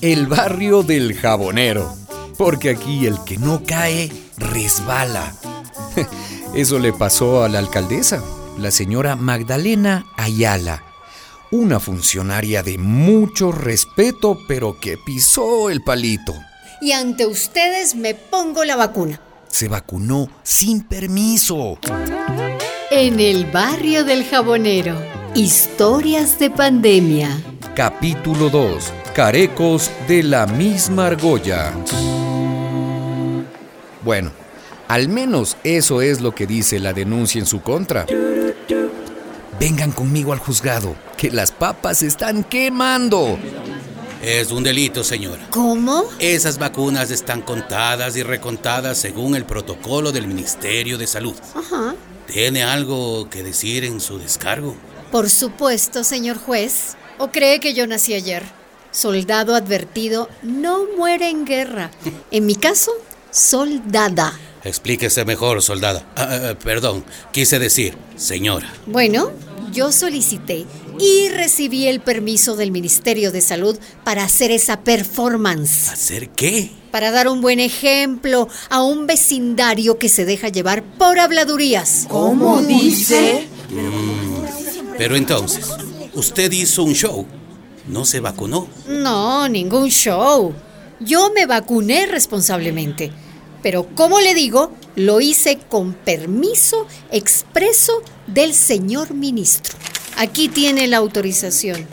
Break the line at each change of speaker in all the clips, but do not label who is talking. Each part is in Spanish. el barrio del jabonero, porque aquí el que no cae resbala. Eso le pasó a la alcaldesa, la señora Magdalena Ayala, una funcionaria de mucho respeto, pero que pisó el palito.
Y ante ustedes me pongo la vacuna.
Se vacunó sin permiso.
En el barrio del jabonero, historias de pandemia.
Capítulo 2. Carecos de la misma argolla. Bueno, al menos eso es lo que dice la denuncia en su contra. Vengan conmigo al juzgado, que las papas se están quemando.
Es un delito, señora.
¿Cómo?
Esas vacunas están contadas y recontadas según el protocolo del Ministerio de Salud.
Ajá.
¿Tiene algo que decir en su descargo?
Por supuesto, señor juez. ¿O cree que yo nací ayer? Soldado advertido no muere en guerra. En mi caso, soldada.
Explíquese mejor, soldada. Ah, ah, perdón, quise decir, señora.
Bueno, yo solicité y recibí el permiso del Ministerio de Salud para hacer esa performance,
¿Hacer qué?
para dar un buen ejemplo a un vecindario que se deja llevar por habladurías.
¿Cómo dice?
Pero entonces, usted hizo un show. No se vacunó.
No, ningún show. Yo me vacuné responsablemente. Pero como le digo, lo hice con permiso expreso del señor ministro. Aquí tiene la autorización.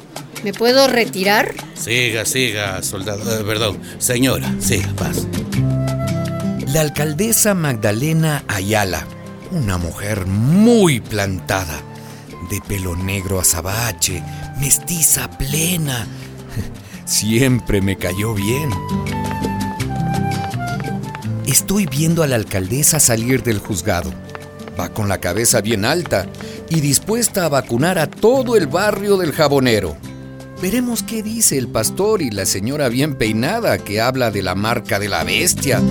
¿Me puedo retirar?
Siga, siga, soldada. Eh, perdón, señora, siga, paz.
La alcaldesa Magdalena Ayala, una mujer muy plantada, de pelo negro azabache, mestiza plena. Siempre me cayó bien. Estoy viendo a la alcaldesa salir del juzgado. Va con la cabeza bien alta y dispuesta a vacunar a todo el barrio del jabonero. Veremos qué dice el pastor y la señora bien peinada que habla de la marca de la bestia.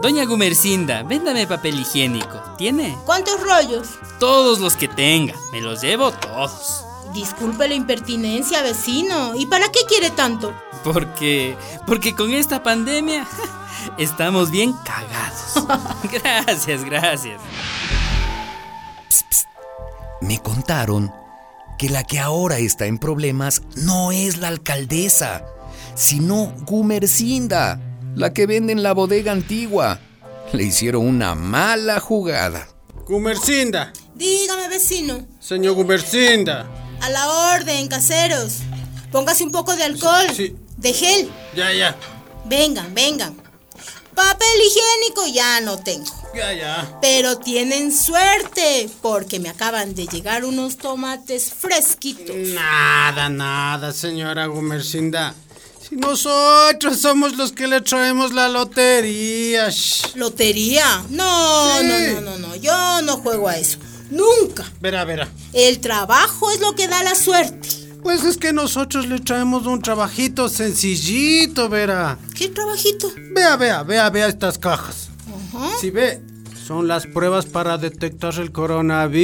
Doña Gumercinda, véndame papel higiénico. ¿Tiene?
¿Cuántos rollos?
Todos los que tenga. Me los llevo todos.
Disculpe la impertinencia, vecino. ¿Y para qué quiere tanto?
Porque. Porque con esta pandemia estamos bien cagados. Gracias, gracias.
Me contaron que la que ahora está en problemas no es la alcaldesa, sino Gumercinda, la que vende en la bodega antigua. Le hicieron una mala jugada.
Gumercinda,
Dígame, vecino.
señor Gumercinda.
A la orden, caseros. Póngase un poco de alcohol.
Sí.
De gel.
Ya, ya,
Vengan, vengan. Papel higiénico ya no tengo.
ya, ya.
Pero tienen suerte, porque me acaban de llegar unos tomates fresquitos.
Eh. Nada, nada, señora Gumercinda. Si nosotros somos los que le traemos la lotería. shh.
¿Lotería? No,
Sí.
no, no, no, no. Yo no juego a eso. Nunca.
Verá, verá.
El trabajo es lo que da la suerte.
Pues es que nosotros le traemos un trabajito sencillito, verá.
¿Qué trabajito?
Vea, vea, vea, vea estas cajas.
Ajá.
Si ve, son las pruebas para detectar el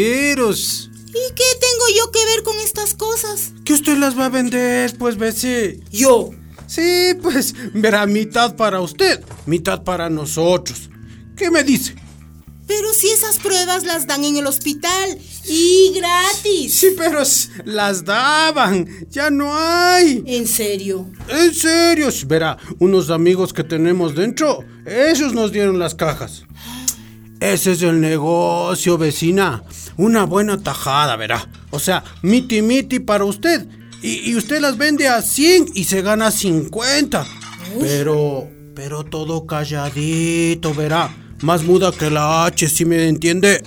coronavirus.
¿Y qué tengo yo que ver con estas cosas?
¿Que usted las va a vender, pues, Bessie?
Yo.
Sí, pues verá mitad para usted, mitad para nosotros. ¿Qué me dice?
Pero si esas pruebas las dan en el hospital y gratis.
Sí, pero s- las daban, ya no hay.
En serio.
En serio, s- verá, unos amigos que tenemos dentro, ellos nos dieron las cajas. Ese es el negocio, vecina. Una buena tajada, verá. O sea, miti miti para usted. Y, y usted las vende a 100 y se gana 50. Pero, pero todo calladito, verá. Más muda que la H, si me entiende.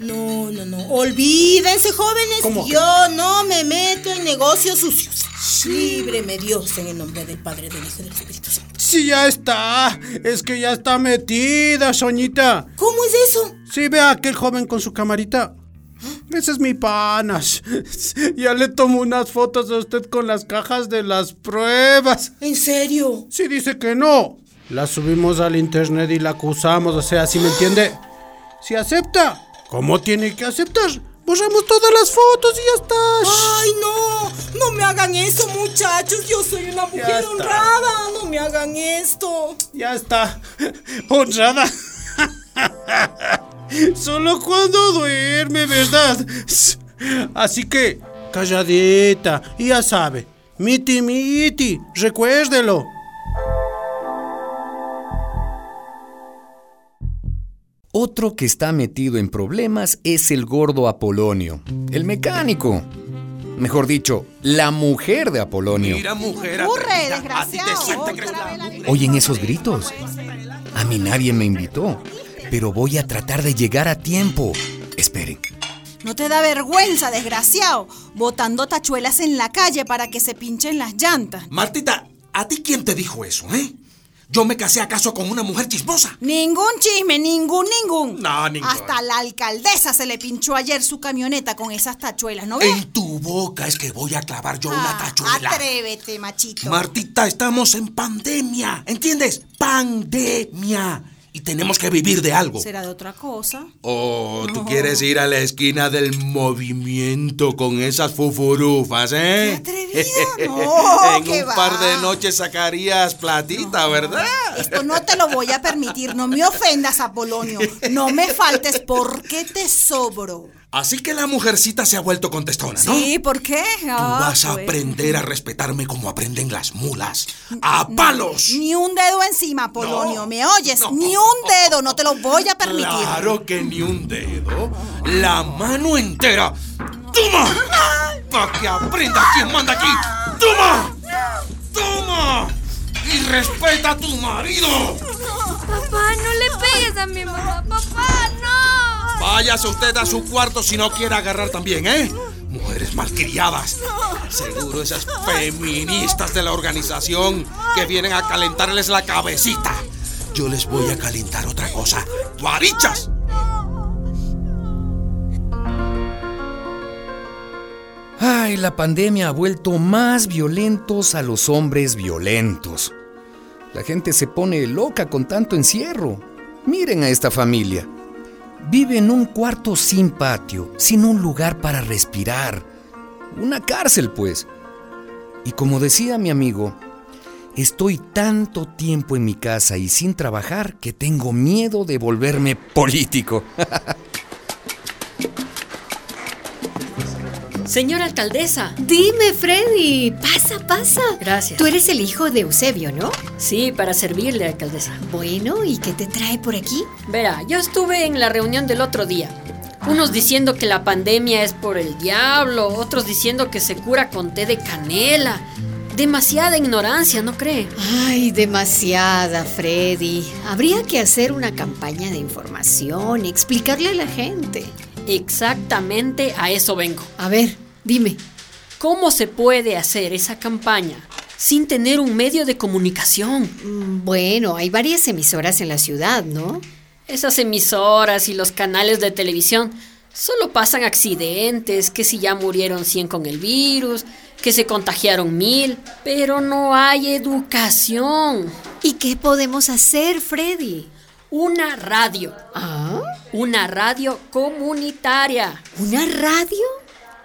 No, no, no. Olvídense, jóvenes.
¿Cómo?
Yo no me meto en negocios sucios. Líbreme Dios en el nombre del Padre, del Hijo y del Espíritu Santo.
Sí, ya está. Es que ya está metida, Soñita.
¿Cómo es eso?
Sí, ve a aquel joven con su camarita. Ese es mi panas. Ya le tomo unas fotos a usted con las cajas de las pruebas.
¿En serio?
Sí, dice que no. La subimos al internet y la acusamos, o sea, ¿sí me entiende? Si acepta,
Ah.
¿cómo tiene que aceptar? Borramos todas las fotos y ya está.
¡Ay, no! ¡No me hagan eso, muchachos. Yo soy una mujer
está.
honrada. No me hagan esto.
Ya está. Honrada. Solo cuando duerme, ¿verdad? Así que, calladita, ya sabe. Miti, miti, recuérdelo.
Otro que está metido en problemas es el gordo Apolonio, el mecánico. Mejor dicho, la mujer de Apolonio.
mujer.
Corre, desgraciado. Otra vez la
Oyen esos gritos. A mí nadie me invitó, pero voy a tratar de llegar a tiempo. Esperen.
No te da vergüenza, desgraciado, botando tachuelas en la calle para que se pinchen las llantas.
Martita, ¿a ti quién te dijo eso, eh? ¿Yo me casé acaso con una mujer chismosa?
Ningún chisme, ningún, ningún.
No, ningún.
Hasta la alcaldesa se le pinchó ayer su camioneta con esas tachuelas, ¿no ves?
En tu boca es que voy a clavar yo
Ah,
una tachuela.
Atrévete, machito.
Martita, estamos en pandemia, ¿entiendes? Pandemia. Y tenemos que vivir de algo.
Será de otra cosa.
Oh, tú quieres ir a la esquina del movimiento con esas fufurufas, ¿eh?
¡Qué atrevida! No,
en
¿qué
un
va?
par de noches sacarías platita, ¿verdad?
Esto no te lo voy a permitir. No me ofendas, Apolonio. No me faltes porque te sobro.
Así que la mujercita se ha vuelto contestona, ¿no?
Sí, ¿por qué?
Tú
Ah,
vas a
pues.
aprender a respetarme como aprenden las mulas. ¡A palos!
Ni un dedo encima, Apolonio.
No,
¿Me oyes?
no.
Ni un dedo. No te lo voy a permitir.
Claro que ni un dedo. La mano entera. ¡Toma! Para que aprenda quién manda aquí. ¡Toma! ¡Toma! Y respeta a tu marido.
Papá, no le pegues a mi mamá. Papá, no.
Váyase usted a su cuarto si no quiere agarrar también, ¿eh? Mujeres malcriadas. Seguro esas feministas de la organización que vienen a calentarles la cabecita. Yo les voy a calentar otra cosa. ¡Guarichas!
Ay, la pandemia ha vuelto más violentos a los hombres violentos. La gente se pone loca con tanto encierro. Miren a esta familia. Vive en un cuarto sin patio, sin un lugar para respirar. Una cárcel, pues. Y como decía mi amigo, estoy tanto tiempo en mi casa y sin trabajar que tengo miedo de volverme político.
Señora alcaldesa.
Dime, Freddy. Pasa, pasa.
Gracias.
Tú eres el hijo de Eusebio, ¿no?
Sí, para servirle, alcaldesa.
Bueno, ¿y qué te trae por aquí?
Verá, yo estuve en la reunión del otro día. Unos diciendo que la pandemia es por el diablo, otros diciendo que se cura con té de canela. Demasiada ignorancia, ¿no cree?
Ay, demasiada, Freddy. Habría que hacer una campaña de información, explicarle a la gente.
Exactamente a eso vengo.
A ver, dime.
¿Cómo se puede hacer esa campaña sin tener un medio de comunicación?
Mm, Bueno, hay varias emisoras en la ciudad, ¿no?
Esas emisoras y los canales de televisión solo pasan accidentes, que si ya murieron 100 con el virus, que se contagiaron mil, pero no hay educación.
¿Y qué podemos hacer, Freddy?
Una radio,
¿Ah?
una radio comunitaria.
¿Una radio?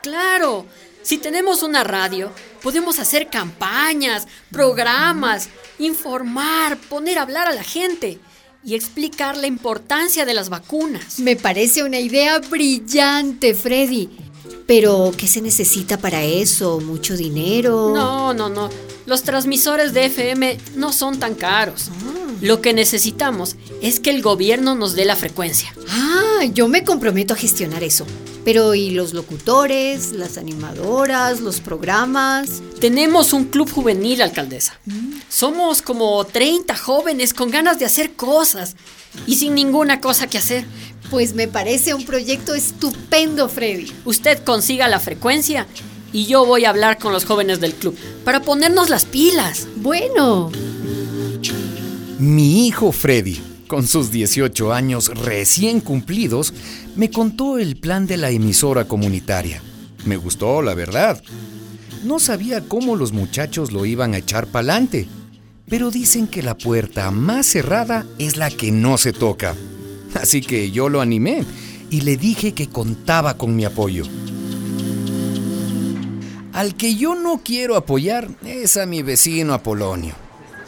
Claro, si tenemos una radio, podemos hacer campañas, programas, informar, poner a hablar a la gente y explicar la importancia de las vacunas.
Me parece una idea brillante, Freddy. Pero, ¿qué se necesita para eso? ¿Mucho dinero?
No, no, no. Los transmisores de FM no son tan caros. Lo que necesitamos es que el gobierno nos dé la frecuencia.
Ah, yo me comprometo a gestionar eso. Pero, ¿y los locutores, las animadoras, los programas?
Tenemos un club juvenil, alcaldesa. Somos como 30 jóvenes con ganas de hacer cosas y sin ninguna cosa que hacer.
Pues me parece un proyecto estupendo, Freddy.
Usted consiga la frecuencia y yo voy a hablar con los jóvenes del club para ponernos las pilas.
Bueno,
Mi hijo Freddy, con sus 18 años recién cumplidos, me contó el plan de la emisora comunitaria. Me gustó, la verdad. No sabía cómo los muchachos lo iban a echar pa'lante, pero dicen que la puerta más cerrada es la que no se toca. Así que yo lo animé y le dije que contaba con mi apoyo. Al que yo no quiero apoyar es a mi vecino Apolonio.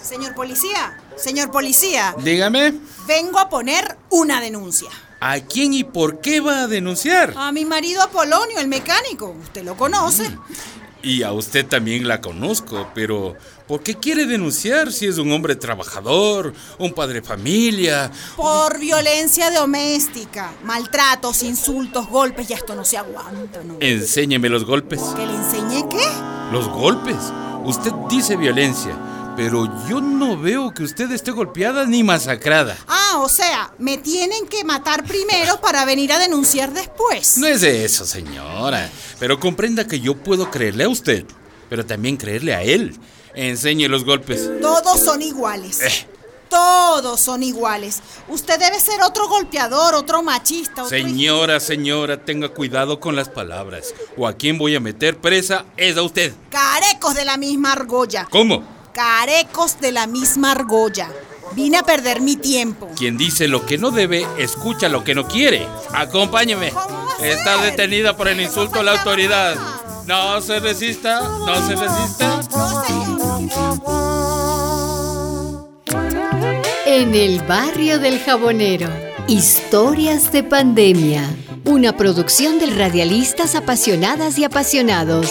Señor policía, señor policía,
Dígame,
vengo a poner una denuncia.
¿a quién y por qué va a denunciar?
A mi marido Apolonio, el mecánico. Usted lo conoce.
Mm. Y a usted también la conozco, pero ¿por qué quiere denunciar si es un hombre trabajador, un padre familia?
Por violencia doméstica, maltratos, insultos, golpes, ya esto no se aguanta, ¿no?
Eh. Enséñeme los golpes.
¿Que le enseñé qué?
Los golpes. Usted dice violencia, pero yo no veo que usted esté golpeada ni masacrada.
Ah, o sea, me tienen que matar primero para venir a denunciar después.
No es de eso, señora. Pero comprenda que yo puedo creerle a usted, pero también creerle a él. Enseñe los golpes.
Todos son iguales.
Eh.
Todos son iguales. Usted debe ser otro golpeador, otro machista, otro...
Señora, señora, tenga cuidado con las palabras. O a quien voy a meter presa es a usted.
Carecos de la misma argolla.
¿Cómo?
Carecos de la misma argolla. Vine a perder mi tiempo.
Quien dice lo que no debe, escucha lo que no quiere. Acompáñeme. Está detenida por el insulto a la autoridad. No se resista, no se resista.
En el barrio del jabonero, historias de pandemia, una producción del radialistas apasionadas y apasionados.